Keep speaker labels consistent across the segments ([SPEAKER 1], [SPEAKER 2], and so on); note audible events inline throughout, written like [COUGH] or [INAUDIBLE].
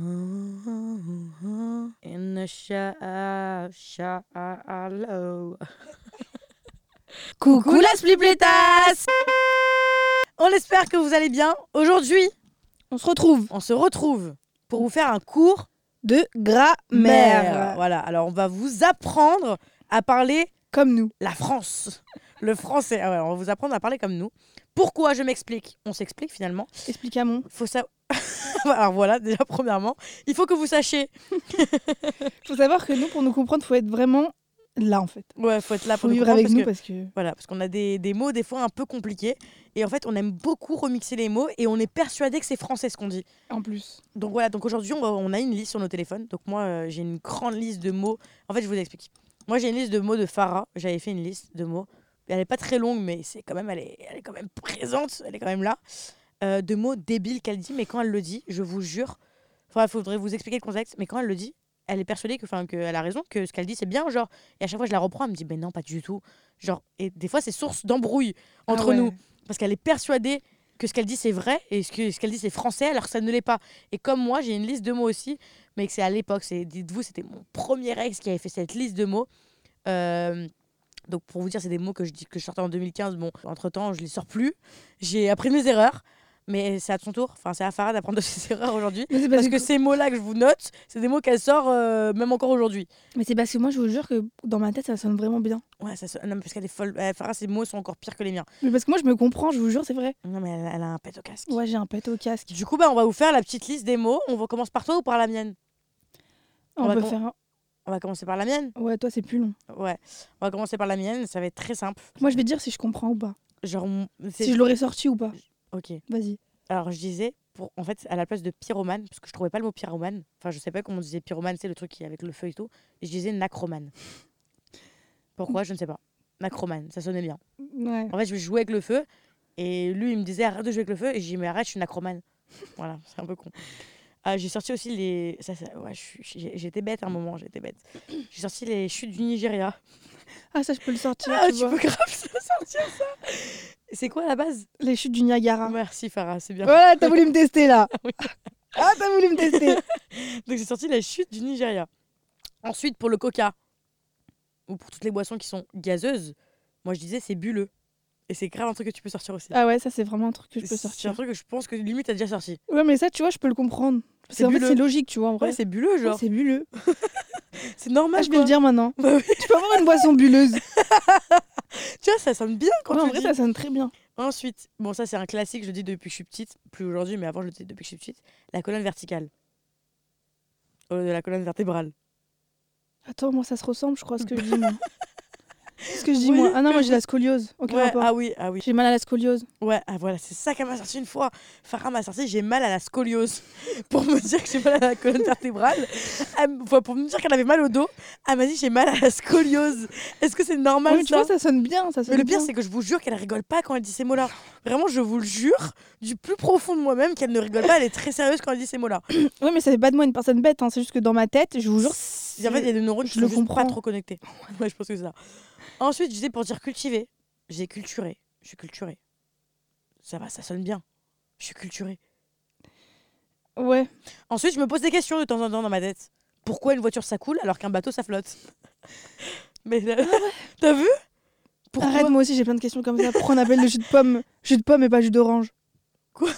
[SPEAKER 1] Uh-huh, sha- sha- alo. [LAUGHS]
[SPEAKER 2] Coucou
[SPEAKER 1] Coucou la Splipletas On espère que vous allez bien. Aujourd'hui,
[SPEAKER 2] On se retrouve
[SPEAKER 1] on se retrouve pour vous faire un cours
[SPEAKER 2] de
[SPEAKER 1] mère.
[SPEAKER 2] grammaire.
[SPEAKER 1] Voilà, alors on va vous apprendre à parler
[SPEAKER 2] Comme nous.
[SPEAKER 1] la France. Le français, Ah ouais, on va vous apprendre à parler comme nous. Pourquoi je m'explique On s'explique finalement.
[SPEAKER 2] Explique à mon.
[SPEAKER 1] faut savoir. [LAUGHS] Alors voilà, déjà premièrement, il faut que vous sachiez.
[SPEAKER 2] Faut savoir que nous, pour nous comprendre, faut être vraiment là en fait.
[SPEAKER 1] Ouais, faut être là
[SPEAKER 2] Faut
[SPEAKER 1] pour nous
[SPEAKER 2] vivre
[SPEAKER 1] comprendre
[SPEAKER 2] avec
[SPEAKER 1] parce
[SPEAKER 2] nous
[SPEAKER 1] que-
[SPEAKER 2] parce que.
[SPEAKER 1] voilà, parce qu'on a des, des mots des fois un peu compliqués et en fait on aime beaucoup remixer les mots et on est persuadé que c'est français ce qu'on dit.
[SPEAKER 2] En plus.
[SPEAKER 1] Donc voilà, donc aujourd'hui on, va- on a une liste sur nos téléphones. Donc moi euh, j'ai une grande liste de mots. En fait je vous explique. Moi j'ai une liste de mots de Farah. J'avais fait une liste de mots. Elle est pas très longue mais c'est quand même elle est, elle est quand même présente. Elle est quand même là. Euh, de mots débiles qu'elle dit mais quand elle le dit, je vous jure. Enfin il faudrait vous expliquer le contexte mais quand elle le dit, elle est persuadée que enfin qu'elle a raison que ce qu'elle dit c'est bien genre. Et à chaque fois je la reprends elle me dit ben non pas du tout. Genre et des fois c'est source d'embrouille entre
[SPEAKER 2] Ah ouais.
[SPEAKER 1] nous parce qu'elle est persuadée que ce qu'elle dit c'est vrai et ce que ce qu'elle dit c'est français alors que ça ne l'est pas. Et comme moi, j'ai une liste de mots aussi, mais que c'est à l'époque, c'est dites-vous, c'était mon premier ex qui avait fait cette liste de mots. Euh, donc pour vous dire, c'est des mots que je dis que je sortais en 2015. Bon, entre temps, je les sors plus. J'ai appris mes erreurs, mais c'est à son tour. Enfin, c'est à Farah d'apprendre de ses [LAUGHS] erreurs aujourd'hui.
[SPEAKER 2] Mais c'est parce,
[SPEAKER 1] Parce que
[SPEAKER 2] que...
[SPEAKER 1] ces mots-là que je vous note, c'est des mots qu'elle sort euh, même encore aujourd'hui.
[SPEAKER 2] Mais c'est parce que moi, je vous jure que dans ma tête, ça sonne vraiment bien.
[SPEAKER 1] Ouais, ça se- non, mais parce qu'elle est folle. Ouais, Farah, ses mots sont encore pires que les miens.
[SPEAKER 2] Mais parce que moi, je me comprends, je vous jure, c'est vrai.
[SPEAKER 1] Non, mais elle, elle a un pet au casque.
[SPEAKER 2] Ouais, j'ai un pet au casque.
[SPEAKER 1] Du coup, bah, on va vous faire la petite liste des mots. On va- commence par toi ou par la mienne
[SPEAKER 2] On,
[SPEAKER 1] On va
[SPEAKER 2] peut
[SPEAKER 1] com-
[SPEAKER 2] faire. un-
[SPEAKER 1] On va commencer par la mienne.
[SPEAKER 2] Ouais, toi, c'est plus long.
[SPEAKER 1] Ouais, on va commencer par la mienne, ça va être très simple.
[SPEAKER 2] Moi, je vais te dire si je comprends ou pas.
[SPEAKER 1] Genre, on- c'est-
[SPEAKER 2] Si je l'aurais sorti ou pas.
[SPEAKER 1] Ok.
[SPEAKER 2] Vas-y.
[SPEAKER 1] Alors, je disais, pour... en fait, à la place de pyromane, parce que je trouvais pas le mot pyromane, enfin, je sais pas comment on disait pyromane, c'est le truc qui est avec le feu et tout, je disais nacromane. Pourquoi Je ne sais pas. Nacromane, ça sonnait bien.
[SPEAKER 2] Ouais.
[SPEAKER 1] En fait, je jouais avec le feu, et lui, il me disait arrête de jouer avec le feu, et j'ai dit mais arrête, je suis nacromane. [LAUGHS] voilà, c'est un peu con. Ah, j'ai sorti aussi les. Ça, ça- ouais, je suis- j'ai- j'étais bête à un moment, j'étais bête. [CLEARS THROAT] J'ai sorti les chutes du Nigeria.
[SPEAKER 2] Ah, ça, je peux le sortir.
[SPEAKER 1] Ah,
[SPEAKER 2] tu
[SPEAKER 1] tu
[SPEAKER 2] vois.
[SPEAKER 1] peux grave
[SPEAKER 2] [LAUGHS]
[SPEAKER 1] sortir ça C'est quoi la base
[SPEAKER 2] Les chutes du Niagara.
[SPEAKER 1] Merci Farah, c'est bien.
[SPEAKER 2] Voilà, t'as voulu me tester [LAUGHS] là. Ah, t'as voulu me tester.
[SPEAKER 1] Donc j'ai sorti la chute du Nigeria. Ensuite, pour le coca, ou pour toutes les boissons qui sont gazeuses, moi je disais c'est bulleux. Et c'est grave un truc que tu peux sortir aussi.
[SPEAKER 2] Ah ouais, ça c'est vraiment un truc que je peux
[SPEAKER 1] C'est un
[SPEAKER 2] sortir.
[SPEAKER 1] truc que je pense que limite t'as déjà sorti.
[SPEAKER 2] Ouais, mais ça, tu vois, je peux le comprendre.
[SPEAKER 1] C'est
[SPEAKER 2] C'est en fait,
[SPEAKER 1] bulleux.
[SPEAKER 2] c'est logique, tu vois, en
[SPEAKER 1] Ouais,
[SPEAKER 2] vrai.
[SPEAKER 1] c'est bulleux, genre.
[SPEAKER 2] Ouais, c'est bulleux.
[SPEAKER 1] C'est normal.
[SPEAKER 2] Ah, je vais le
[SPEAKER 1] quoi.
[SPEAKER 2] dire maintenant.
[SPEAKER 1] Bah oui.
[SPEAKER 2] Tu peux avoir une boisson bulleuse.
[SPEAKER 1] Tu vois, ça sonne bien quand
[SPEAKER 2] Ouais, en
[SPEAKER 1] tu
[SPEAKER 2] vrai,
[SPEAKER 1] le dis.
[SPEAKER 2] ça sonne très bien.
[SPEAKER 1] Ensuite, bon, ça c'est un classique, je le dis depuis que je suis petite. Plus aujourd'hui, mais avant je le dis depuis que je suis petite. La colonne verticale. Au lieu de la colonne vertébrale.
[SPEAKER 2] Attends, moi, ça se ressemble, je crois, à ce que je
[SPEAKER 1] [LAUGHS]
[SPEAKER 2] dis, moi. ce que je dis,
[SPEAKER 1] Oui,
[SPEAKER 2] moi. Ah non, moi,
[SPEAKER 1] que
[SPEAKER 2] j'ai la scoliose. Aucun
[SPEAKER 1] Ouais,
[SPEAKER 2] rapport.
[SPEAKER 1] ah oui, ah oui.
[SPEAKER 2] J'ai mal à la scoliose.
[SPEAKER 1] Ouais, ah voilà, c'est ça qu'elle m'a sorti une fois. Farah m'a sorti, j'ai mal à la scoliose. [LAUGHS] Pour me dire que j'ai mal à la colonne vertébrale. Elle m- enfin, pour me dire qu'elle avait mal au dos, elle m'a dit j'ai mal à la scoliose. Est-ce que c'est normal
[SPEAKER 2] Ouais, mais tu
[SPEAKER 1] ça
[SPEAKER 2] vois, ça sonne bien. Ça sonne
[SPEAKER 1] Mais le pire,
[SPEAKER 2] bien.
[SPEAKER 1] c'est que je vous jure qu'elle rigole pas quand elle dit ces mots-là. Vraiment, je vous le jure, du plus profond de moi-même, qu'elle ne rigole pas. Elle est très sérieuse quand elle dit ces mots-là.
[SPEAKER 2] Ouais, mais ça fait pas de moi une personne bête. hein, C'est juste que dans ma tête, je vous jure.
[SPEAKER 1] En fait, il y a des neurones qui
[SPEAKER 2] je
[SPEAKER 1] sont
[SPEAKER 2] le
[SPEAKER 1] juste pas
[SPEAKER 2] comprends.
[SPEAKER 1] trop connectés. [LAUGHS] Ouais, je pense que c'est ça. Ensuite, je disais pour dire cultiver, j'ai culturé. Je suis culturé. Ça va, ça sonne bien. Je suis culturé.
[SPEAKER 2] Ouais.
[SPEAKER 1] Ensuite, je me pose des questions de temps en temps dans ma tête. Pourquoi une voiture ça coule alors qu'un bateau ça flotte [LAUGHS] Mais là- [LAUGHS] t'as vu Pourquoi
[SPEAKER 2] Arrête, moi aussi, j'ai plein de questions [LAUGHS] comme ça. Pourquoi on appelle le jus de pomme jus de pomme et pas jus d'orange
[SPEAKER 1] [LAUGHS] Quoi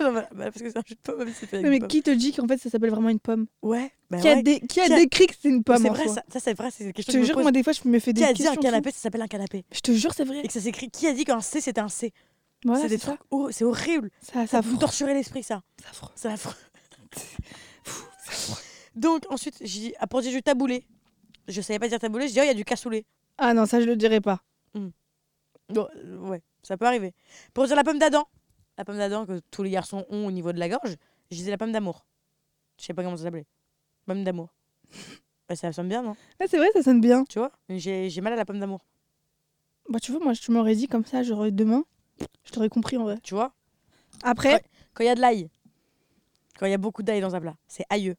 [SPEAKER 1] Non, bah, bah, Parce que c'est un jeu de pomme, même si c'est fait avec
[SPEAKER 2] Mais
[SPEAKER 1] des
[SPEAKER 2] qui te dit qu'en fait, ça s'appelle vraiment une pomme
[SPEAKER 1] pommes. Ouais, bah
[SPEAKER 2] Qui a
[SPEAKER 1] ouais.
[SPEAKER 2] dé- qui a
[SPEAKER 1] Qui a-
[SPEAKER 2] décrit que c'est une pomme
[SPEAKER 1] C'est
[SPEAKER 2] en
[SPEAKER 1] vrai,
[SPEAKER 2] soi
[SPEAKER 1] ça, ça, c'est vrai, c'est quelque
[SPEAKER 2] Je
[SPEAKER 1] chose
[SPEAKER 2] te
[SPEAKER 1] que
[SPEAKER 2] jure,
[SPEAKER 1] me
[SPEAKER 2] moi,
[SPEAKER 1] pose.
[SPEAKER 2] des fois, je me fais des
[SPEAKER 1] Qui a dit
[SPEAKER 2] questions.
[SPEAKER 1] un canapé ça s'appelle un canapé
[SPEAKER 2] Je te jure, c'est vrai.
[SPEAKER 1] Et que ça s'écrit. Qui a dit qu'un C c'était un C
[SPEAKER 2] Voilà,
[SPEAKER 1] C'est des
[SPEAKER 2] c'est ça.
[SPEAKER 1] trucs. Oh, c'est horrible.
[SPEAKER 2] Ça,
[SPEAKER 1] Ça
[SPEAKER 2] ça,
[SPEAKER 1] vous
[SPEAKER 2] fr-
[SPEAKER 1] torturez l'esprit, ça.
[SPEAKER 2] ça fr-
[SPEAKER 1] C'est
[SPEAKER 2] [LAUGHS]
[SPEAKER 1] affreux. Donc, ensuite, j'ai dit, ah, pour dire du taboulé. Je savais pas dire taboulé, je dis, oh, il y a du cassoulet.
[SPEAKER 2] Ah non, ça, je le dirai pas.
[SPEAKER 1] Bon, euh, ouais, ça peut arriver. Pour dire la pomme d'Adam, la pomme d'Adam que tous les garçons ont au niveau de la gorge, je disais la pomme d'amour. Je sais pas comment ça s'appelait. Pomme
[SPEAKER 2] [LAUGHS]
[SPEAKER 1] d'amour. Bah, ça sonne bien, non
[SPEAKER 2] Ah, c'est vrai, ça sonne bien.
[SPEAKER 1] Tu vois J'ai j'ai mal à la pomme d'amour.
[SPEAKER 2] Bah, tu vois, moi, je m'aurais dit comme ça, genre demain, je t'aurais compris en vrai.
[SPEAKER 1] Tu vois
[SPEAKER 2] Après,
[SPEAKER 1] Ouais. Quand il y a de l'ail, quand il y a beaucoup d'ail dans un plat, c'est aïeux.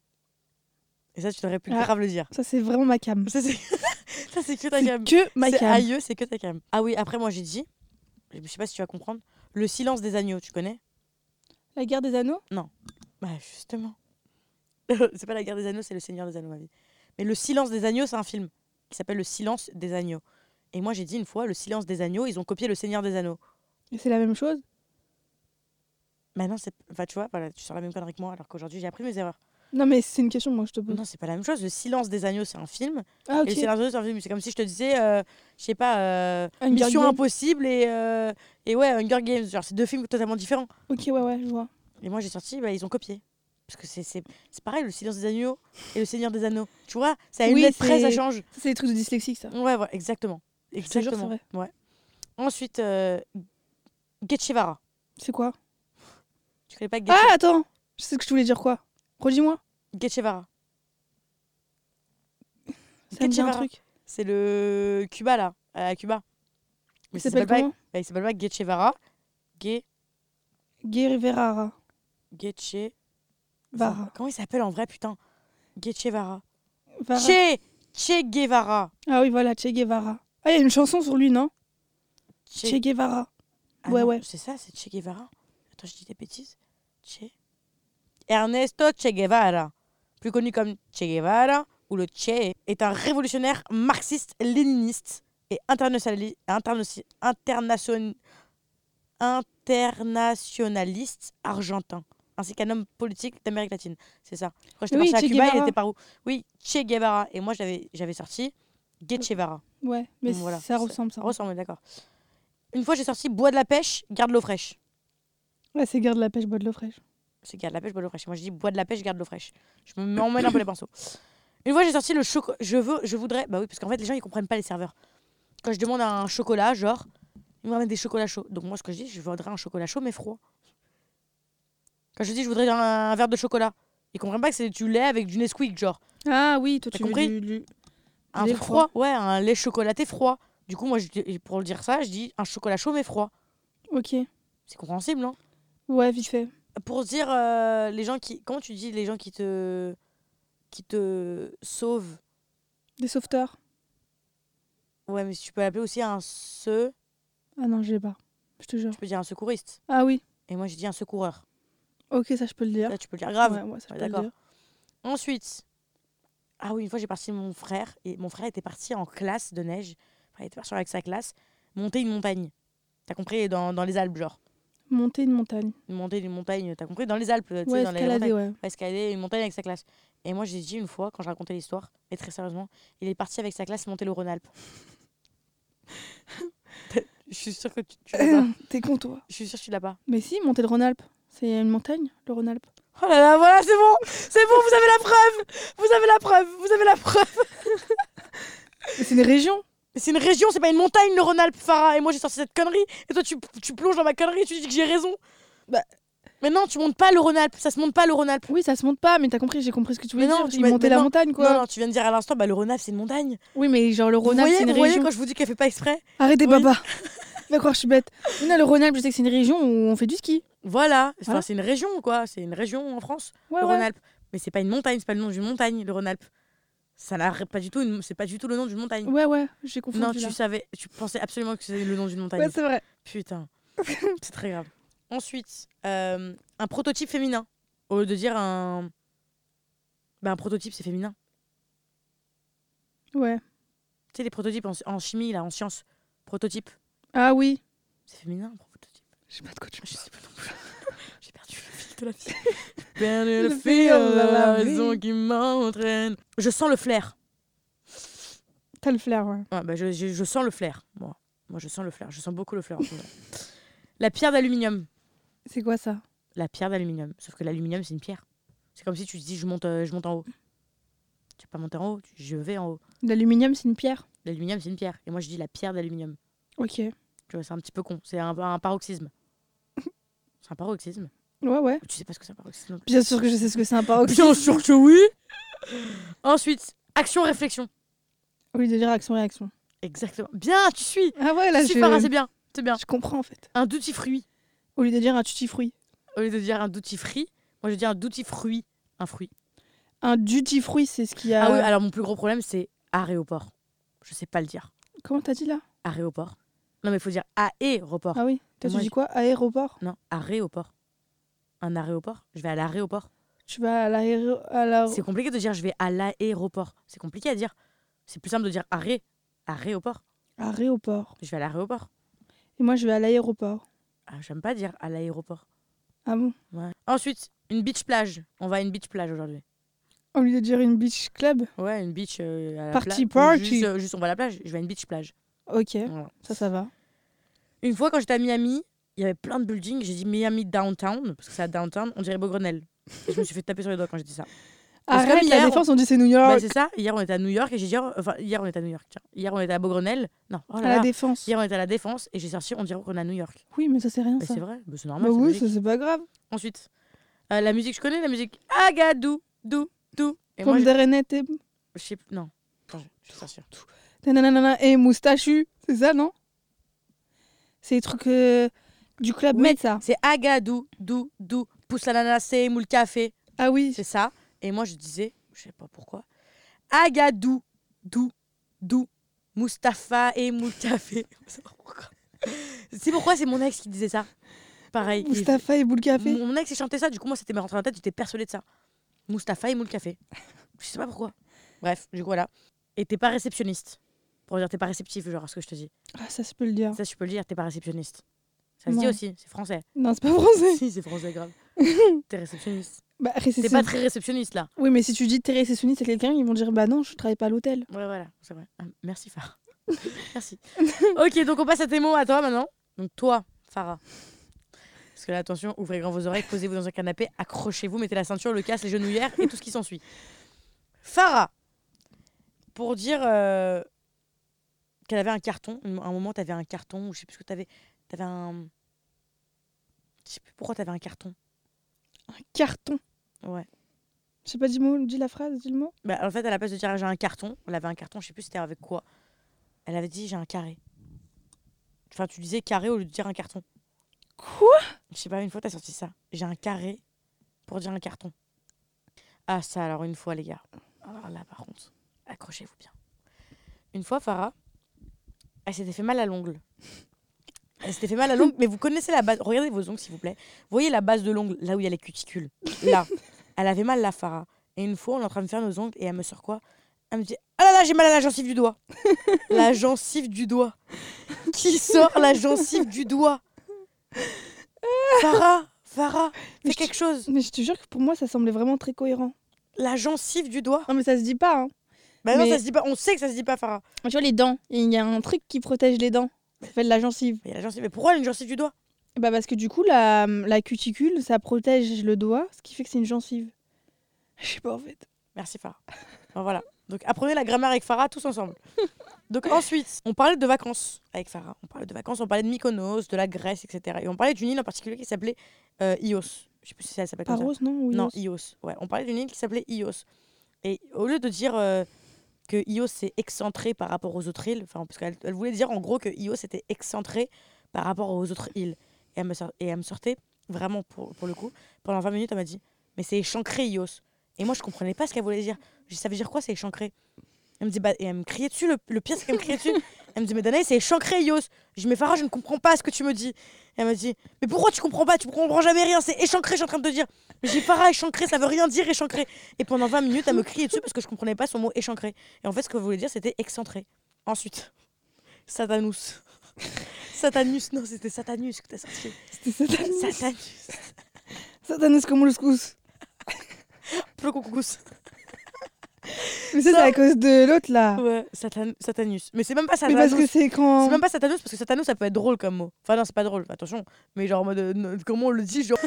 [SPEAKER 1] Et ça, tu t'aurais pu
[SPEAKER 2] Ah.
[SPEAKER 1] grave le dire.
[SPEAKER 2] ça, c'est vraiment ma cam.
[SPEAKER 1] Ça, c'est [LAUGHS] ça, c'est que ta
[SPEAKER 2] C'est
[SPEAKER 1] gamme.
[SPEAKER 2] que ma
[SPEAKER 1] C'est
[SPEAKER 2] cam.
[SPEAKER 1] aïeux, c'est que ta gamme. Ah oui, après, moi, j'ai dit, je sais pas si tu vas comprendre, le silence des agneaux, tu connais
[SPEAKER 2] La guerre des anneaux
[SPEAKER 1] [LAUGHS] Bah justement. c'est pas la guerre des anneaux, c'est le Seigneur des anneaux, ma vie. Mais Le silence des agneaux, c'est un film qui s'appelle Le silence des agneaux. Et moi, j'ai dit une fois, Le silence des agneaux, ils ont copié Le Seigneur des Anneaux.
[SPEAKER 2] Et c'est la même chose
[SPEAKER 1] Mais Bah non, c'est. Enfin, tu vois, voilà, tu sors la même connerie que moi, alors qu'aujourd'hui, j'ai appris mes erreurs.
[SPEAKER 2] Non, mais c'est une question moi je te pose.
[SPEAKER 1] Non, c'est pas la même chose. Le silence des agneaux, c'est un film. Et
[SPEAKER 2] Ah, Mm. ok.
[SPEAKER 1] le Seigneur des Anneaux, c'est un film. C'est comme si je te disais, euh, je sais pas, euh,
[SPEAKER 2] Hunger
[SPEAKER 1] Mission
[SPEAKER 2] Games.
[SPEAKER 1] Impossible et, euh, et ouais, Hunger Games. Genre, c'est deux films totalement différents.
[SPEAKER 2] Ok, ouais, ouais, je vois.
[SPEAKER 1] Et moi, j'ai sorti, bah, ils ont copié. Parce que c'est- c'est c'est pareil, le silence des agneaux et le Seigneur des Anneaux. Tu vois, ça a une
[SPEAKER 2] Oui,
[SPEAKER 1] lettre près, ça
[SPEAKER 2] c'est-
[SPEAKER 1] change.
[SPEAKER 2] Ça, C'est des trucs de dyslexique, ça.
[SPEAKER 1] Ouais, voilà, exactement.
[SPEAKER 2] te jure, c'est
[SPEAKER 1] Exactement. Ouais. Ensuite, euh, Getchivara.
[SPEAKER 2] C'est quoi
[SPEAKER 1] Tu connais pas Getche-
[SPEAKER 2] Ah, attends Je sais ce que je voulais dire quoi. Redis-moi.
[SPEAKER 1] Getchevara
[SPEAKER 2] Ça me dit un
[SPEAKER 1] Guetchevara.
[SPEAKER 2] truc.
[SPEAKER 1] C'est le Cuba, là, à Cuba.
[SPEAKER 2] Il
[SPEAKER 1] ça
[SPEAKER 2] s'appelle
[SPEAKER 1] pas,
[SPEAKER 2] comment
[SPEAKER 1] bah, il s'appelle pas Getchevara. Ge...
[SPEAKER 2] Guerrera.
[SPEAKER 1] Getche...
[SPEAKER 2] Vara.
[SPEAKER 1] Comment il s'appelle en vrai, putain Getchevara.
[SPEAKER 2] Vara.
[SPEAKER 1] Che... Che Guevara.
[SPEAKER 2] Ah oui, voilà, Che Guevara. Ah, il y a une chanson sur lui, non
[SPEAKER 1] Che-
[SPEAKER 2] Che Guevara.
[SPEAKER 1] Ah
[SPEAKER 2] Ouais,
[SPEAKER 1] non,
[SPEAKER 2] ouais.
[SPEAKER 1] C'est ça, c'est Che Guevara. Attends, je dis des bêtises. Che. Ernesto Che Guevara, plus connu comme Che Guevara ou le Che, est un révolutionnaire marxiste, léniniste et internationali- internaci- internation- internationaliste argentin, ainsi qu'un homme politique d'Amérique latine. C'est ça. Quand j'étais
[SPEAKER 2] Oui,
[SPEAKER 1] partie à
[SPEAKER 2] Che
[SPEAKER 1] Cuba, il
[SPEAKER 2] Guevara.
[SPEAKER 1] était par où Oui, Che Guevara. Et moi, j'avais j'avais sorti Guevara.
[SPEAKER 2] Ouais, mais
[SPEAKER 1] Bon, voilà.
[SPEAKER 2] ça ressemble, ça.
[SPEAKER 1] Ça ressemble, d'accord. Une fois, j'ai sorti Bois de la pêche, garde l'eau fraîche.
[SPEAKER 2] Ouais, c'est Garde la pêche, bois de l'eau fraîche.
[SPEAKER 1] c'est garde la pêche, bois de l'eau fraîche. Moi, je dis bois de la pêche, garde l'eau fraîche. Je me m'emmêle un peu les pinceaux. Une fois, j'ai sorti le chocolat. Je veux, je voudrais. Bah oui, parce qu'en fait, les gens, ils comprennent pas les serveurs. Quand je demande un chocolat, genre, ils me ramènent des chocolats chauds. Donc, moi, ce que je dis, je voudrais un chocolat chaud, mais froid. Quand je dis, je voudrais un, un verre de chocolat, ils comprennent pas que c'est du lait avec du Nesquik, genre.
[SPEAKER 2] Ah oui, toi,
[SPEAKER 1] T'as
[SPEAKER 2] tu veux
[SPEAKER 1] compris
[SPEAKER 2] du- du-
[SPEAKER 1] Un
[SPEAKER 2] Lait
[SPEAKER 1] froid. Ouais, un lait chocolaté froid. Du coup, moi, je dis- pour le dire ça, je dis un chocolat chaud, mais froid.
[SPEAKER 2] Ok.
[SPEAKER 1] C'est compréhensible, non
[SPEAKER 2] Ouais, vite fait.
[SPEAKER 1] pour dire euh, les gens qui comment tu dis les gens qui te qui te sauvent
[SPEAKER 2] Des sauveteurs.
[SPEAKER 1] ouais mais tu peux l'appeler aussi un se
[SPEAKER 2] Ah non, je l'ai pas. Je te jure.
[SPEAKER 1] tu peux dire un secouriste
[SPEAKER 2] Ah oui.
[SPEAKER 1] et moi j'ai dit un secoureur
[SPEAKER 2] Ok, ça, je peux le dire.
[SPEAKER 1] là tu peux le dire grave
[SPEAKER 2] Ouais, ouais, ça, je
[SPEAKER 1] Ouais,
[SPEAKER 2] peux le
[SPEAKER 1] d'accord.
[SPEAKER 2] dire.
[SPEAKER 1] ensuite ah oui une fois j'ai parti mon frère et mon frère était parti en classe de neige Enfin, il était parti avec sa classe monter une montagne t'as compris dans, dans les Alpes genre
[SPEAKER 2] Monter une montagne.
[SPEAKER 1] monter une montagne t'as compris dans les Alpes tu sais,
[SPEAKER 2] Ouais,
[SPEAKER 1] dans les montagnes.
[SPEAKER 2] escalader, ouais.
[SPEAKER 1] va escalader une montagne avec sa classe. Et moi, j'ai dit une fois, quand je racontais l'histoire, mais très sérieusement, il est parti avec sa classe monter le
[SPEAKER 2] [LAUGHS]
[SPEAKER 1] Rhône-Alpes. je suis sûre que tu, tu l'as [LAUGHS] pas.
[SPEAKER 2] [LAUGHS] T'es con, toi.
[SPEAKER 1] Je suis sûre que tu l'as pas.
[SPEAKER 2] Mais si, monter le Rhône-Alpes. C'est une montagne, le Rhône-Alpes.
[SPEAKER 1] Oh là là, voilà, c'est bon C'est bon, vous avez la preuve Vous avez la preuve Vous avez la preuve
[SPEAKER 2] Mais C'est une région.
[SPEAKER 1] C'est une région, c'est pas une montagne, le Rhône-Alpes, Farah. Et moi, j'ai sorti cette connerie. Et toi, tu, tu plonges dans ma connerie et tu dis que j'ai raison.
[SPEAKER 2] Bah.
[SPEAKER 1] Mais non, tu montes pas le Rhône-Alpes. Ça se monte pas le Rhône-Alpes.
[SPEAKER 2] Oui, ça se monte pas, mais t'as compris, j'ai compris ce que tu voulais
[SPEAKER 1] Mais non,
[SPEAKER 2] dire.
[SPEAKER 1] tu
[SPEAKER 2] Tu
[SPEAKER 1] m'as-
[SPEAKER 2] monter
[SPEAKER 1] mais
[SPEAKER 2] la
[SPEAKER 1] non,
[SPEAKER 2] montagne,
[SPEAKER 1] Non,
[SPEAKER 2] quoi.
[SPEAKER 1] non, tu viens de dire à l'instant, bah, le Rhône-Alpes, c'est une montagne.
[SPEAKER 2] Oui, mais genre le
[SPEAKER 1] Vous
[SPEAKER 2] Rhône-Alpes,
[SPEAKER 1] voyez-
[SPEAKER 2] c'est une
[SPEAKER 1] vous voyez
[SPEAKER 2] région.
[SPEAKER 1] quand je vous dis qu'elle fait pas exprès
[SPEAKER 2] Arrêtez,
[SPEAKER 1] Oui.
[SPEAKER 2] papa.
[SPEAKER 1] [LAUGHS]
[SPEAKER 2] Va croire, que je suis bête. Mais non, le Rhône-Alpes, je sais que c'est une région où on fait du ski.
[SPEAKER 1] Voilà, Enfin,
[SPEAKER 2] Voilà.
[SPEAKER 1] c'est une région quoi, c'est une région en France,
[SPEAKER 2] Ouais,
[SPEAKER 1] le
[SPEAKER 2] ouais.
[SPEAKER 1] Rhône-Alpes. Mais c'est pas une montagne, c'est pas le nom d'une montagne, le Rhône-Alpes. Ça n'a pas du tout, une- c'est pas du tout le nom d'une montagne.
[SPEAKER 2] Ouais, ouais, j'ai confondu.
[SPEAKER 1] non, tu
[SPEAKER 2] là.
[SPEAKER 1] savais, tu pensais absolument que c'était le nom d'une montagne.
[SPEAKER 2] [LAUGHS] Ouais, c'est vrai.
[SPEAKER 1] Putain, c'est très grave. Ensuite, euh, un prototype féminin. Au lieu de dire un, bah, un prototype, c'est féminin.
[SPEAKER 2] Ouais.
[SPEAKER 1] Tu sais les prototypes en, en chimie là, en sciences, prototype,
[SPEAKER 2] Ah oui.
[SPEAKER 1] c'est féminin. un Prototype.
[SPEAKER 2] Je sais pas de quoi tu
[SPEAKER 1] Je sais pas non plus. [LAUGHS] J'ai perdu le fil de la vie. [LAUGHS] Perdu
[SPEAKER 2] Le fil de la vie.
[SPEAKER 1] qui m'entraîne. Je sens le flair.
[SPEAKER 2] T'as le flair, ouais.
[SPEAKER 1] Ouais, bah, je, je- je sens le flair, moi. Moi, je sens le flair. Je sens beaucoup le flair. en ce moment. la pierre d'aluminium.
[SPEAKER 2] C'est quoi ça
[SPEAKER 1] La pierre d'aluminium. Sauf que l'aluminium, c'est une pierre. C'est comme si tu te dis, je monte, euh, je monte en haut. Tu vas pas monter en haut, tu- je vais en haut.
[SPEAKER 2] L'aluminium, c'est une pierre.
[SPEAKER 1] L'aluminium, c'est une pierre. Et moi, je dis la pierre d'aluminium.
[SPEAKER 2] Ok. Ouais,
[SPEAKER 1] Tu vois, c'est un petit peu con. C'est un, un paroxysme. C'est un paroxysme.
[SPEAKER 2] ouais.
[SPEAKER 1] Tu sais pas ce que c'est un paroxysme non plus.
[SPEAKER 2] Bien sûr que je sais ce que c'est un paroxysme.
[SPEAKER 1] Bien sûr que oui [LAUGHS] Ensuite, action-réflexion.
[SPEAKER 2] [LAUGHS] Au lieu de dire action-réaction.
[SPEAKER 1] Exactement. Bien, tu suis
[SPEAKER 2] Ah ouais, là,
[SPEAKER 1] Tu suis,
[SPEAKER 2] je...
[SPEAKER 1] Farah, c'est bien. C'est bien.
[SPEAKER 2] je comprends, en fait.
[SPEAKER 1] Un duty-fruit.
[SPEAKER 2] Au lieu de dire un tutti-fruit.
[SPEAKER 1] au lieu de dire un duty free, moi je dis un duty fruit, un fruit.
[SPEAKER 2] Un duty-fruit, c'est ce qu'il y a...
[SPEAKER 1] Ah oui, alors mon plus gros problème c'est aéroport. Je sais pas le dire.
[SPEAKER 2] Comment t'as dit, là
[SPEAKER 1] Aéroport. Non mais il faut dire aéroport.
[SPEAKER 2] Ah oui. Toi,
[SPEAKER 1] Moi,
[SPEAKER 2] tu dis
[SPEAKER 1] je-
[SPEAKER 2] quoi Aéroport
[SPEAKER 1] Non, aéroport. Un aéroport Je vais à l'aéroport.
[SPEAKER 2] Tu vas à l'aéro. à la-
[SPEAKER 1] C'est compliqué de dire je vais à l'aéroport. C'est compliqué à dire. C'est plus simple de dire arrêt. Arrêt au port.
[SPEAKER 2] Arrêt au port.
[SPEAKER 1] Je vais à l'aéroport.
[SPEAKER 2] Et moi, je vais à l'aéroport.
[SPEAKER 1] Ah, J'aime pas dire à l'aéroport.
[SPEAKER 2] Ah bon
[SPEAKER 1] Ouais. Ensuite, une beach plage. On va à une beach plage aujourd'hui.
[SPEAKER 2] Au lieu de dire une beach club
[SPEAKER 1] Ouais, une beach euh, à la plage.
[SPEAKER 2] Party
[SPEAKER 1] Ou
[SPEAKER 2] party.
[SPEAKER 1] Juste, euh, juste on va à la plage. Je vais à une beach plage.
[SPEAKER 2] Ok,
[SPEAKER 1] Voilà.
[SPEAKER 2] ça, ça va.
[SPEAKER 1] Une fois, quand j'étais à Miami, il y avait plein de buildings. J'ai dit Miami Downtown, parce que c'est à Downtown, on dirait
[SPEAKER 2] [LAUGHS]
[SPEAKER 1] Beaugrenelle. Et je me suis fait taper sur les doigts quand j'ai dit ça. Parce que
[SPEAKER 2] Arrête,
[SPEAKER 1] comme
[SPEAKER 2] la
[SPEAKER 1] hier,
[SPEAKER 2] défense, on dit c'est New York.
[SPEAKER 1] Bah, c'est ça, hier on était à New York et j'ai dit. oh, Enfin, hier on était à New York, tiens. Hier on était à Beaugrenelle. Non, oh
[SPEAKER 2] à
[SPEAKER 1] là
[SPEAKER 2] la
[SPEAKER 1] là.
[SPEAKER 2] défense.
[SPEAKER 1] Hier on était à la Défense et j'ai sorti On dirait qu'on est à New York.
[SPEAKER 2] Oui, mais ça, c'est rien,
[SPEAKER 1] Bah,
[SPEAKER 2] ça.
[SPEAKER 1] c'est vrai, Bah, c'est
[SPEAKER 2] Bah
[SPEAKER 1] normal. c'est
[SPEAKER 2] oui,
[SPEAKER 1] logique.
[SPEAKER 2] ça, c'est pas grave.
[SPEAKER 1] Ensuite, euh, la musique, je connais la musique Agadou, dou, dou. Et moi,
[SPEAKER 2] Pomme
[SPEAKER 1] je
[SPEAKER 2] de renette et...
[SPEAKER 1] je sais p- Non, Attends, je suis pas sûre.
[SPEAKER 2] nananana et moustachu. C'est ça, non C'est les trucs euh, du club
[SPEAKER 1] Oui.
[SPEAKER 2] Med, ça.
[SPEAKER 1] C'est Agadou, dou, dou, pousse l'ananas et moule café.
[SPEAKER 2] Ah oui.
[SPEAKER 1] C'est ça. Et moi, je disais, je sais pas pourquoi, Agadou, Dou, Dou, Mustapha et [LAUGHS] Moulcafé. c'est pourquoi c'est mon ex qui disait ça. Pareil.
[SPEAKER 2] Mustapha et boule
[SPEAKER 1] Et-
[SPEAKER 2] café.
[SPEAKER 1] Mon ex, il chantait ça. Du coup, moi, c'était rentré dans la tête. J'étais persuadée de ça. Mustapha et Moulcafé. je sais pas pourquoi. Bref, du coup, voilà. Et t'es pas réceptionniste. Pour dire, t'es pas réceptif, genre, à ce que je te dis.
[SPEAKER 2] Ah, ça, je peux le dire.
[SPEAKER 1] Ça, je peux le dire, t'es pas réceptionniste. Ça se
[SPEAKER 2] Non.
[SPEAKER 1] dit aussi, c'est français.
[SPEAKER 2] Non, c'est pas français.
[SPEAKER 1] si, c'est français, [LAUGHS] grave. t'es réceptionniste.
[SPEAKER 2] Bah,
[SPEAKER 1] T'es
[SPEAKER 2] récession-
[SPEAKER 1] pas très réceptionniste, là.
[SPEAKER 2] Oui, mais si tu dis t'es récessionniste à quelqu'un, ils vont dire bah non, je travaille pas à l'hôtel.
[SPEAKER 1] Ouais, voilà, c'est vrai. Ah, merci, [LAUGHS] Farah. merci. ok, donc on passe à tes mots, à toi maintenant. Donc toi, Farah. Parce que là, attention, ouvrez grand vos oreilles, posez-vous dans un canapé, accrochez-vous, mettez la ceinture, le casque, les genouillères et tout ce qui s'ensuit. Farah, pour dire euh, qu'elle avait un carton, un un moment, t'avais un carton, ou je sais plus ce que t'avais. T'avais un. Je sais plus pourquoi t'avais un carton.
[SPEAKER 2] Un carton.
[SPEAKER 1] Ouais.
[SPEAKER 2] Je sais pas, dis, mot, dis la phrase, dis le mot.
[SPEAKER 1] Bah, en fait, à la place de dire j'ai un carton, elle avait un carton, je sais plus c'était avec quoi. Elle avait dit j'ai un carré. Enfin, tu disais carré au lieu de dire un carton.
[SPEAKER 2] Quoi
[SPEAKER 1] Je sais pas, une fois t'as sorti ça. J'ai un carré pour dire un carton. Ah, ça alors, une fois, les gars. Alors là, par contre, accrochez-vous bien. Une fois, Farah, elle s'était fait mal à l'ongle. Elle s'était fait mal à l'ongle, mais vous connaissez la base. Regardez vos ongles, s'il vous plaît. Vous voyez la base de l'ongle, là où il y a les cuticules. Là. Elle avait mal, la Farah. Et une fois, on est en train de faire nos ongles et elle me sort quoi Elle me dit Ah là là, j'ai mal à la gencive du doigt. la gencive du doigt. Qui sort la gencive du doigt Farah, Farah, fais
[SPEAKER 2] Mais je te-
[SPEAKER 1] quelque chose.
[SPEAKER 2] Mais je te jure que pour moi, ça semblait vraiment très cohérent.
[SPEAKER 1] La gencive du doigt.
[SPEAKER 2] Non, mais ça se dit pas. Hein.
[SPEAKER 1] Bah non,
[SPEAKER 2] Mais-
[SPEAKER 1] ça se dit pas. On sait que ça se dit pas, Farah.
[SPEAKER 2] Tu vois, les dents. Il y a un truc qui protège les dents. Ça s'appelle la gencive.
[SPEAKER 1] Mais la gencive, mais pourquoi elle a une gencive du doigt
[SPEAKER 2] Bah parce que du coup, la, la cuticule, ça protège le doigt, ce qui fait que c'est une gencive. Je sais pas en fait.
[SPEAKER 1] Merci Farah. [LAUGHS] Bon, voilà. Donc apprenez la grammaire avec Farah tous ensemble. Donc ensuite, on parlait de vacances avec Farah. On parlait de vacances, on parlait de Mykonos, de la Grèce, etc. Et on parlait d'une île en particulier qui s'appelait euh, Ios. Je sais plus si ça s'appelle comme ça.
[SPEAKER 2] Paros, non oui,
[SPEAKER 1] Non,
[SPEAKER 2] Ios.
[SPEAKER 1] Ios. Ouais, on parlait d'une île qui s'appelait Ios. Et au lieu de dire euh, que Ios est excentré par rapport aux autres îles, enfin, parce qu'elle elle voulait dire en gros que Ios était excentré par rapport aux autres îles. Et elle me, sor- et elle me sortait, vraiment pour, pour le coup, pendant 20 minutes, elle m'a dit Mais c'est échancré Ios. Et moi, je comprenais pas ce qu'elle voulait dire. Je dis, Ça veut dire quoi, c'est échancré Elle me dit bah, Et elle me criait dessus, le, le pire, c'est qu'elle me criait dessus. [LAUGHS] Elle me dit Mais Danae, c'est échancré Ios. Je dis Mais Farah, je ne comprends pas ce que tu me dis. elle m'a dit Mais pourquoi tu comprends pas Tu comprends jamais rien, c'est échancré, je suis en train de te dire. Mais J'ai Farah échancré, ça veut rien dire échancré. Et pendant 20 minutes, elle me criait dessus parce que je comprenais pas son mot échancré. Et en fait, ce que voulait dire, c'était excentré. Ensuite, Satanus. Satanus, non, c'était Satanus que t'as sorti.
[SPEAKER 2] C'était Satanus.
[SPEAKER 1] Satanus.
[SPEAKER 2] Satanus comme le scousse.
[SPEAKER 1] Plococoucous.
[SPEAKER 2] Mais ça, c'est
[SPEAKER 1] Ça-
[SPEAKER 2] à cause de l'autre là.
[SPEAKER 1] Ouais, Satan- Satanus. Mais c'est même pas
[SPEAKER 2] Mais
[SPEAKER 1] Satanus.
[SPEAKER 2] parce que c'est quand.
[SPEAKER 1] C'est même pas Satanus parce que Satanus ça peut être drôle comme mot. Enfin non, c'est pas drôle, attention. Mais genre en mode euh, n- comment on le dit genre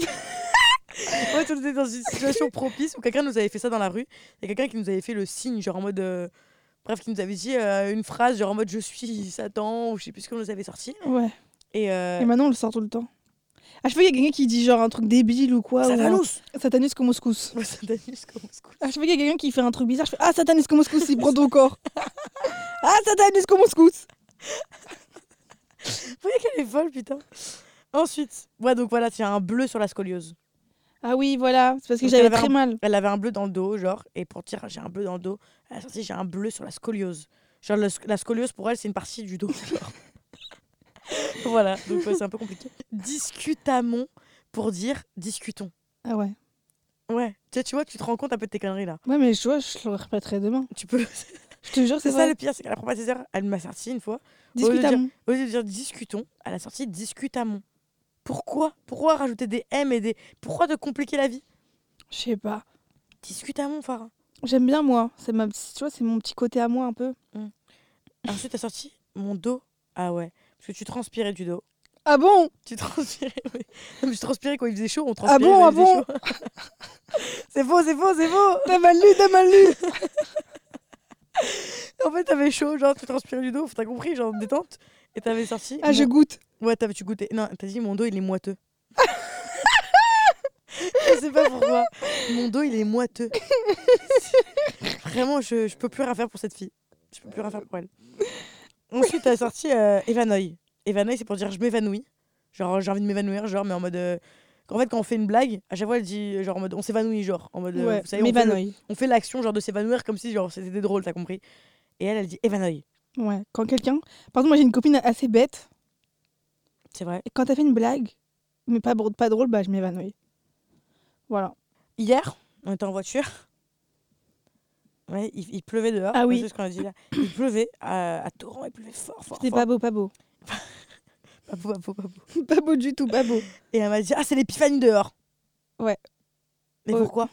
[SPEAKER 1] En fait, on était dans une situation propice où quelqu'un nous avait fait ça dans la rue. Il y a quelqu'un qui nous avait fait le signe genre en mode euh, bref qui nous avait dit euh, une phrase genre en mode je suis Satan ou je sais plus ce qu'on nous avait sorti
[SPEAKER 2] Ouais.
[SPEAKER 1] et, euh,
[SPEAKER 2] Et maintenant, on le sort tout le temps. À chaque fois, il y a quelqu'un qui dit genre un truc débile ou quoi. ou un-
[SPEAKER 1] Satanus.
[SPEAKER 2] Satanus comme au scousse.
[SPEAKER 1] Ouais, Satanus comme on se coule.
[SPEAKER 2] À chaque fois qu'il y a quelqu'un qui fait un truc bizarre, je fais Ah, Satanus comme au scousse, il prend ton [LAUGHS] corps. ah, Satanus comme au scousse.
[SPEAKER 1] Vous voyez qu'elle est folle putain. Ensuite, ouais donc voilà, tiens un bleu sur la scoliose.
[SPEAKER 2] Ah oui, voilà, c'est parce que
[SPEAKER 1] Donc,
[SPEAKER 2] j'avais
[SPEAKER 1] elle avait
[SPEAKER 2] très
[SPEAKER 1] un-
[SPEAKER 2] mal.
[SPEAKER 1] Elle avait un bleu dans le dos, genre, et pour dire j'ai un bleu dans le dos, elle a sorti j'ai un bleu sur la scoliose. Genre, le sc- la scoliose pour elle, c'est une partie du dos. genre. [LAUGHS] voilà, donc ouais, c'est un peu compliqué. Discutamon pour dire discutons.
[SPEAKER 2] Ah ouais.
[SPEAKER 1] Ouais. Tu, sais, tu vois, tu te rends compte un peu de tes conneries là.
[SPEAKER 2] Ouais, mais je vois, je le répéterai demain.
[SPEAKER 1] Tu peux.
[SPEAKER 2] Je te
[SPEAKER 1] [LAUGHS]
[SPEAKER 2] jure,
[SPEAKER 1] C'est
[SPEAKER 2] c'est
[SPEAKER 1] ça
[SPEAKER 2] ça.
[SPEAKER 1] le pire, c'est qu'elle apprend pas ses erreurs. Elle m'a sorti une fois.
[SPEAKER 2] Discutable.
[SPEAKER 1] Au lieu de dire discutons, elle a sorti discutamons. Pourquoi Pourquoi rajouter des M et des. Pourquoi te compliquer la vie
[SPEAKER 2] Je sais pas.
[SPEAKER 1] Discutamons, Farah.
[SPEAKER 2] J'aime bien moi. C'est ma, petite- tu vois, c'est mon petit côté à moi un peu.
[SPEAKER 1] Ensuite, t'as sorti mon dos. Ah ouais. Parce que tu transpirais du dos.
[SPEAKER 2] Ah bon
[SPEAKER 1] Tu transpirais, oui. Non, mais tu transpirais quand il faisait chaud, on
[SPEAKER 2] Ah
[SPEAKER 1] transpirait.
[SPEAKER 2] bon,
[SPEAKER 1] quand
[SPEAKER 2] ah
[SPEAKER 1] il faisait
[SPEAKER 2] bon
[SPEAKER 1] chaud. [LAUGHS] C'est faux, c'est faux, c'est faux
[SPEAKER 2] T'as mal lu, t'as mal [LAUGHS] lu.
[SPEAKER 1] En fait, t'avais chaud, genre, tu transpirais du dos, t'as compris, genre, détente. Et t'avais sorti.
[SPEAKER 2] Ah, je
[SPEAKER 1] mon-
[SPEAKER 2] goûte.
[SPEAKER 1] Ouais, t'avais tu goûté. Non, t'as dit mon dos, il est moiteux. [LAUGHS] je sais pas pourquoi. Mon dos, il est moiteux. Vraiment, je, je peux plus rien faire pour cette fille. Je peux plus rien faire pour elle. Ensuite, t'as sorti euh, évanoui. Évanoui, c'est pour dire je m'évanouis. Genre, j'ai envie de m'évanouir, genre, mais en mode. euh, En fait, quand on fait une blague, à chaque fois, elle dit genre en mode on s'évanouit, genre. En mode. euh,
[SPEAKER 2] Ouais,
[SPEAKER 1] vous savez, on fait le-
[SPEAKER 2] m'évanouir.
[SPEAKER 1] on fait l'action, genre, de s'évanouir comme si genre c'était drôle, t'as compris. Et elle, elle dit évanoui.
[SPEAKER 2] Ouais, quand quelqu'un. Par exemple, moi j'ai une copine assez bête.
[SPEAKER 1] C'est vrai.
[SPEAKER 2] Et quand elle fait une blague, mais pas, bro- pas drôle, bah je m'évanouis. Voilà.
[SPEAKER 1] Hier, on était en voiture. Ouais, il, il pleuvait dehors.
[SPEAKER 2] Ah
[SPEAKER 1] Ouais,
[SPEAKER 2] oui.
[SPEAKER 1] C'est ce qu'on a dit là. Il pleuvait euh, à, à torrent, il pleuvait fort, fort.
[SPEAKER 2] C'était
[SPEAKER 1] fort.
[SPEAKER 2] pas beau, pas beau.
[SPEAKER 1] Pas beau, pas beau, [LAUGHS] pas beau.
[SPEAKER 2] pas beau du tout, pas beau.
[SPEAKER 1] Et elle m'a dit Ah, c'est l'épiphanie dehors.
[SPEAKER 2] Ouais.
[SPEAKER 1] Mais
[SPEAKER 2] Euh,
[SPEAKER 1] pourquoi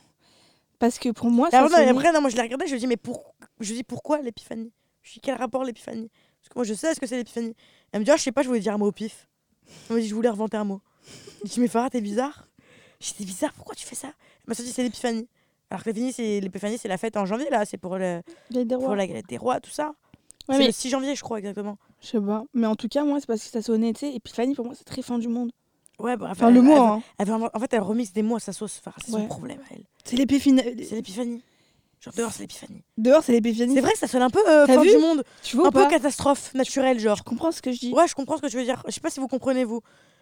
[SPEAKER 2] Parce que pour moi,
[SPEAKER 1] Et
[SPEAKER 2] ça
[SPEAKER 1] après, non, et
[SPEAKER 2] sonnait-
[SPEAKER 1] après, non, moi je l'ai regardé, je lui ai dit Mais pour... je dis, pourquoi l'épiphanie Je dis Quel rapport l'épiphanie Parce que moi je sais ce que c'est l'épiphanie. Elle me dit Ah, je sais pas, je voulais dire un mot au pif. Elle m'a dit Je voulais inventer un mot. Je dis Mais Farah, t'es bizarre. Je dis T'es bizarre, pourquoi tu fais ça Elle m'a sorti C'est l'épiphanie. Alors que l'épiphanie, c'est l'épiphanie, c'est la fête en janvier là, c'est pour le.
[SPEAKER 2] J'avais des rois.
[SPEAKER 1] pour la galette des rois, tout ça.
[SPEAKER 2] Ouais,
[SPEAKER 1] c'est
[SPEAKER 2] mais-
[SPEAKER 1] le 6 janvier, je crois, exactement.
[SPEAKER 2] Je sais pas. Mais en tout cas, moi, c'est parce que ça sonnait, tu sais. Épiphanie, pour moi, c'est très fin du monde.
[SPEAKER 1] Ouais, bah,
[SPEAKER 2] Enfin,
[SPEAKER 1] elle-
[SPEAKER 2] le mot,
[SPEAKER 1] elle-
[SPEAKER 2] hein.
[SPEAKER 1] elle veut inventer- en fait, elle remixe des mots à sa sauce. Enfin, c'est son
[SPEAKER 2] Ouais.
[SPEAKER 1] problème à elle.
[SPEAKER 2] C'est l'épiphanie.
[SPEAKER 1] C'est l'épiphanie. Genre, dehors, c'est l'épiphanie.
[SPEAKER 2] Dehors, c'est l'épiphanie.
[SPEAKER 1] C'est vrai que ça sonne un peu euh,
[SPEAKER 2] Mmh. T'as
[SPEAKER 1] fin
[SPEAKER 2] vu
[SPEAKER 1] du monde,
[SPEAKER 2] Tu vois ou
[SPEAKER 1] un peu
[SPEAKER 2] pas
[SPEAKER 1] catastrophe naturelle, genre.
[SPEAKER 2] Je comprends ce que je dis.
[SPEAKER 1] Ouais, je comprends ce que tu veux dire. Je sais pas si vous comprenez, vous.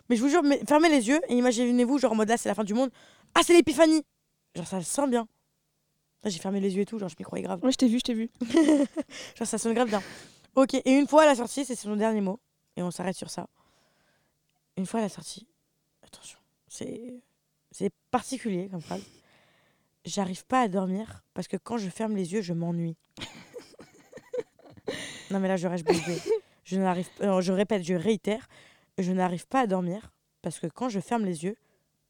[SPEAKER 1] Mais je vous jure, mais fermez les yeux et imaginez-vous, genre, en mode là, c'est la fin du monde. Ah, c'est l'épiphanie Genre, ça sent bien. Là, j'ai fermé les yeux et tout, genre, je m'y croyais grave.
[SPEAKER 2] Ouais, je t'ai vu, je t'ai vu.
[SPEAKER 1] Genre, ça sonne grave bien. Ok, et une fois à la sortie, c'est son dernier mot. Et on s'arrête sur ça. Une fois à la sortie, attention, c'est c'est particulier comme phrase. J'arrive pas à dormir parce que quand je ferme les yeux, je m'ennuie. [LAUGHS] non, mais là, je rêve bouche bée. Je n'arrive euh, je répète, je réitère. Je n'arrive pas à dormir parce que quand je ferme les yeux,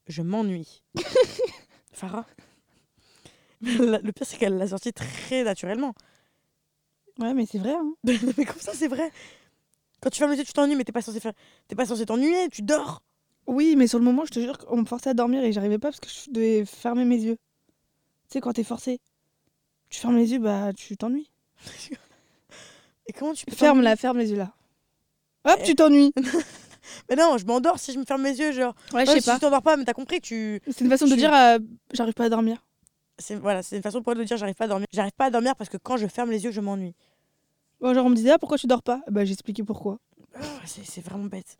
[SPEAKER 1] je m'ennuie. [LAUGHS] Farah. [LAUGHS] La- Le pire, c'est qu'elle l'a sorti très naturellement.
[SPEAKER 2] Ouais, mais c'est vrai, hein.
[SPEAKER 1] Non, [LAUGHS] mais comme ça, c'est vrai. Quand tu fermes les yeux, tu t'ennuies, mais t'es pas censé faire... t'es pas censé t'ennuyer, tu dors.
[SPEAKER 2] Oui, mais sur le moment, je te jure qu'on me forçait à dormir et j'arrivais pas parce que je devais fermer mes yeux. Tu sais, quand t'es forcé, tu fermes les yeux, bah tu t'ennuies.
[SPEAKER 1] Et comment tu peux
[SPEAKER 2] Ferme
[SPEAKER 1] t'ennuyer
[SPEAKER 2] là, ferme les yeux là. Hop,
[SPEAKER 1] Eh.
[SPEAKER 2] tu t'ennuies.
[SPEAKER 1] Mais non, je m'endors si je me ferme mes yeux, genre.
[SPEAKER 2] Ouais,
[SPEAKER 1] Même si tu t'endors pas, mais t'as compris, tu.
[SPEAKER 2] C'est une façon de
[SPEAKER 1] Tu-
[SPEAKER 2] dire, euh, j'arrive pas à dormir.
[SPEAKER 1] C'est voilà, c'est une façon pour elle de dire j'arrive pas à dormir. J'arrive pas à dormir parce que quand je ferme les yeux, je m'ennuie.
[SPEAKER 2] Bon, genre, on me disait, ah, pourquoi tu dors pas Bah, j'expliquais pourquoi.
[SPEAKER 1] Ah, c'est c'est vraiment bête.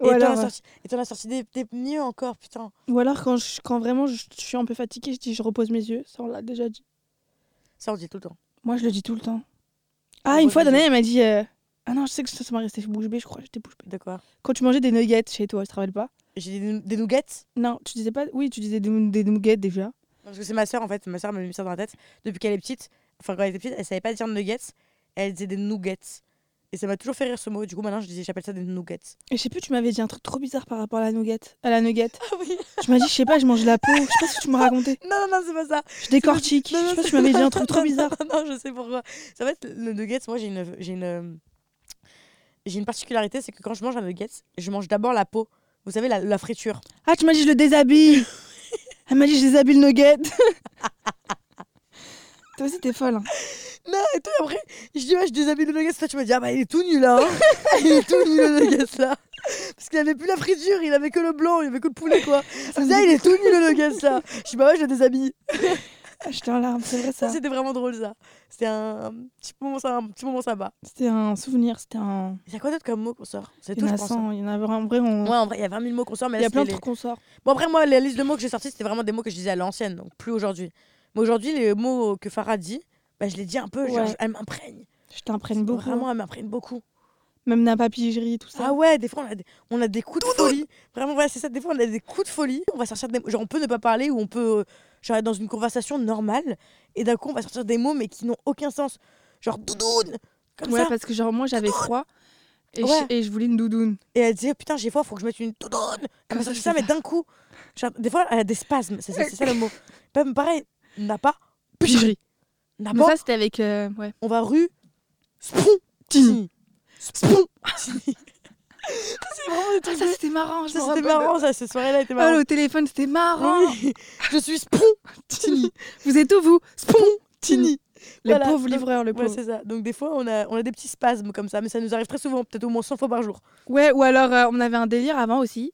[SPEAKER 1] Et
[SPEAKER 2] Ou
[SPEAKER 1] t'en
[SPEAKER 2] alors,
[SPEAKER 1] as
[SPEAKER 2] euh,
[SPEAKER 1] sorti, et t'en as sorti des, des mieux encore, putain.
[SPEAKER 2] ou alors, quand, je- quand vraiment je, je suis un peu fatiguée, je dis, je repose mes yeux. Ça, on l'a déjà dit.
[SPEAKER 1] Ça, on dit tout le temps.
[SPEAKER 2] Moi, je le dis tout le temps. Ah,
[SPEAKER 1] Repose
[SPEAKER 2] une fois,
[SPEAKER 1] les yeux.
[SPEAKER 2] Danae, elle m'a dit, euh, ah non, je sais que ça ça m'a resté bouche bée, je crois, j'étais bouche bée.
[SPEAKER 1] De quoi
[SPEAKER 2] Quand tu mangeais des nuggets chez toi, je te rappelle pas
[SPEAKER 1] J'ai des, des nuggets.
[SPEAKER 2] Non, tu disais pas. Oui, tu disais des, des nuggets déjà.
[SPEAKER 1] Parce que c'est ma soeur, en fait. Ma soeur m'a mis ça dans la tête. Depuis qu'elle est petite, enfin, quand elle était petite, elle savait pas dire nuggets. Elle disait des nuggets. Et ça m'a toujours fait rire ce mot. Du coup, maintenant, je dis, j'appelle ça des nuggets.
[SPEAKER 2] Et je sais plus, tu m'avais dit un truc trop bizarre par rapport à la nugget. À la nugget.
[SPEAKER 1] Ah oui
[SPEAKER 2] Tu m'as dit, je sais pas, je mange la peau. Je sais pas si tu m'as raconté.
[SPEAKER 1] Non, non, non, c'est pas ça.
[SPEAKER 2] Je décortique.
[SPEAKER 1] Non, non,
[SPEAKER 2] Je sais pas si tu
[SPEAKER 1] c'est-
[SPEAKER 2] m'avais dit un truc
[SPEAKER 1] [LAUGHS] non,
[SPEAKER 2] trop
[SPEAKER 1] non,
[SPEAKER 2] bizarre.
[SPEAKER 1] Non, non, je sais pourquoi. En fait, le nuggets, moi, j'ai une, j'ai une, j'ai une particularité, c'est que quand je mange un nuggets, je mange d'abord la peau. Vous savez, la, la friture.
[SPEAKER 2] Ah, tu m'as dit, je le déshabille. Elle m'a dit, je déshabille le nugget. [LAUGHS] Toi aussi, t'es folle. hein.
[SPEAKER 1] Non, Ah, et toi, après, je dis, ouais, je déshabille le nuggets. Toi, tu m'as dit, ah bah, il est tout nul [LAUGHS] là. hein. il est tout nul le nuggets là. Parce qu'il avait plus la friture, il avait que le blanc, il avait que le poulet [LAUGHS] quoi. Je me disais, ah, il est tout nul le nuggets là. Je dis, bah ouais, je le déshabille.
[SPEAKER 2] Ah, J'étais en larmes, c'est vrai
[SPEAKER 1] Ça,
[SPEAKER 2] ça.
[SPEAKER 1] c'était vraiment drôle ça. C'était un petit moment, ça- un petit moment sympa.
[SPEAKER 2] C'était un souvenir, c'était un.
[SPEAKER 1] Il y a quoi d'autre comme mot qu'on sort C'est
[SPEAKER 2] Il y
[SPEAKER 1] tout,
[SPEAKER 2] en
[SPEAKER 1] je
[SPEAKER 2] a
[SPEAKER 1] pense. hein.
[SPEAKER 2] 100, il y en a vraiment. vraiment-
[SPEAKER 1] Ouais, en vrai, Mm. il y a 20 000 mots qu'on sort, mais
[SPEAKER 2] Il y
[SPEAKER 1] là,
[SPEAKER 2] a plein de
[SPEAKER 1] c'était les-
[SPEAKER 2] trucs qu'on sort.
[SPEAKER 1] Bon, après, moi, la liste de mots que j'ai sortis, c'était vraiment des mots que je disais à l'ancienne, donc plus aujourd'hui. Mais aujourd'hui, les mots que Farah dit, bah, je les dis un peu, genre,
[SPEAKER 2] Ouais.
[SPEAKER 1] elle m'imprègne.
[SPEAKER 2] Je t'imprègne beaucoup.
[SPEAKER 1] Vraiment, elle m'imprègne beaucoup.
[SPEAKER 2] Même la papigerie, tout ça.
[SPEAKER 1] Ah ouais, des fois on a des, on a des coups de folie. Vraiment, voilà, c'est ça. Des fois on a des coups de folie. On va sortir des Genre, on peut ne pas parler ou on peut. euh, Genre, être dans une conversation normale. Et d'un coup, on va sortir des mots mais qui n'ont aucun sens. Genre, doudoune Comme
[SPEAKER 2] ouais,
[SPEAKER 1] ça.
[SPEAKER 2] parce que genre moi j'avais froid et,
[SPEAKER 1] Ouais.
[SPEAKER 2] je, et je voulais une doudoune.
[SPEAKER 1] Et elle disait, putain, j'ai froid, faut que je mette une doudoune Elle m'a
[SPEAKER 2] Ah, ça,
[SPEAKER 1] sorti
[SPEAKER 2] je
[SPEAKER 1] ça,
[SPEAKER 2] fais
[SPEAKER 1] mais d'un coup. Genre, des fois, elle a des spasmes. C'est ça, c'est ça le
[SPEAKER 2] [LAUGHS]
[SPEAKER 1] mot. Même pareil, n'a pas.
[SPEAKER 2] Pigerie.
[SPEAKER 1] N'a
[SPEAKER 2] Mais
[SPEAKER 1] pas.
[SPEAKER 2] ça c'était avec euh, ouais.
[SPEAKER 1] On va rue. Spontini.
[SPEAKER 2] [LAUGHS]
[SPEAKER 1] Spontini. c'est vraiment des
[SPEAKER 2] Ah,
[SPEAKER 1] trucs
[SPEAKER 2] ça
[SPEAKER 1] de-
[SPEAKER 2] c'était marrant, je
[SPEAKER 1] Ça,
[SPEAKER 2] me
[SPEAKER 1] c'était
[SPEAKER 2] rappelle.
[SPEAKER 1] marrant, ça, cette soirée-là était
[SPEAKER 2] Ah,
[SPEAKER 1] marrante.
[SPEAKER 2] au téléphone, c'était marrant. [LAUGHS]
[SPEAKER 1] Oui, [LAUGHS] je suis spontini.
[SPEAKER 2] vous êtes où vous
[SPEAKER 1] Spontini.
[SPEAKER 2] Le
[SPEAKER 1] Voilà,
[SPEAKER 2] pauvre
[SPEAKER 1] donc-
[SPEAKER 2] livreur, le
[SPEAKER 1] Ouais,
[SPEAKER 2] pauvre.
[SPEAKER 1] c'est ça. Donc des fois, on a, on a des petits spasmes comme ça, mais ça nous arrive très souvent, peut-être au moins 100 fois par jour.
[SPEAKER 2] Ouais, ou alors euh, on avait un délire avant aussi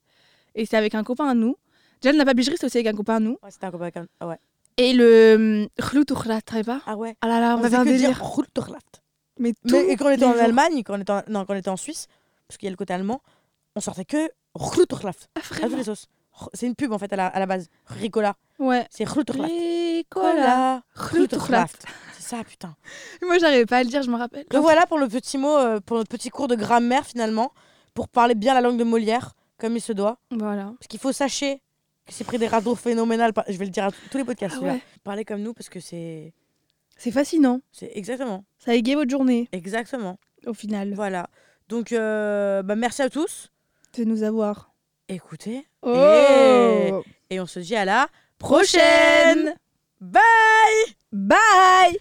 [SPEAKER 2] et c'était avec un copain à nous. Déjà la papigerie c'était aussi avec un copain à nous
[SPEAKER 1] Ouais, c'était un copain comme... Ah ouais.
[SPEAKER 2] et le hum, khlout ou khlat, tu savais pas
[SPEAKER 1] Ah ouais.
[SPEAKER 2] Ah là là, on,
[SPEAKER 1] On,
[SPEAKER 2] avait
[SPEAKER 1] faisait
[SPEAKER 2] un
[SPEAKER 1] que
[SPEAKER 2] délire.
[SPEAKER 1] dire Rutterlat.
[SPEAKER 2] Mais,
[SPEAKER 1] Mais et quand on était
[SPEAKER 2] les
[SPEAKER 1] en
[SPEAKER 2] jours.
[SPEAKER 1] Allemagne, quand on était en, non, quand on était en Suisse, parce qu'il y a le côté allemand, on sortait que Rutterlat.
[SPEAKER 2] Ah,
[SPEAKER 1] À
[SPEAKER 2] frère.
[SPEAKER 1] toutes les sauces. Ru- C'est une pub en fait à la, à la base. Ricola.
[SPEAKER 2] Ouais.
[SPEAKER 1] C'est Rutterlat.
[SPEAKER 2] Ricola.
[SPEAKER 1] Rutterlat. C'est ça, putain.
[SPEAKER 2] Moi j'arrivais pas à le dire, je me rappelle.
[SPEAKER 1] Donc voilà pour le petit mot, euh, pour notre petit cours de grammaire finalement, pour parler bien la langue de Molière, comme il se doit.
[SPEAKER 2] Voilà.
[SPEAKER 1] Parce qu'il faut sachez que c'est pris des radeaux phénoménales. par- Je vais le dire à tous les podcasts.
[SPEAKER 2] Ah
[SPEAKER 1] celui-là.
[SPEAKER 2] ouais.
[SPEAKER 1] Parlez comme nous parce que c'est.
[SPEAKER 2] C'est fascinant.
[SPEAKER 1] C'est exactement.
[SPEAKER 2] Ça a égayé votre journée
[SPEAKER 1] Exactement.
[SPEAKER 2] au final
[SPEAKER 1] Voilà. Donc, euh, bah, merci à tous.
[SPEAKER 2] de nous avoir.
[SPEAKER 1] Écoutez.
[SPEAKER 2] Oh
[SPEAKER 1] Hey. Et on se dit à la prochaine!
[SPEAKER 2] Bye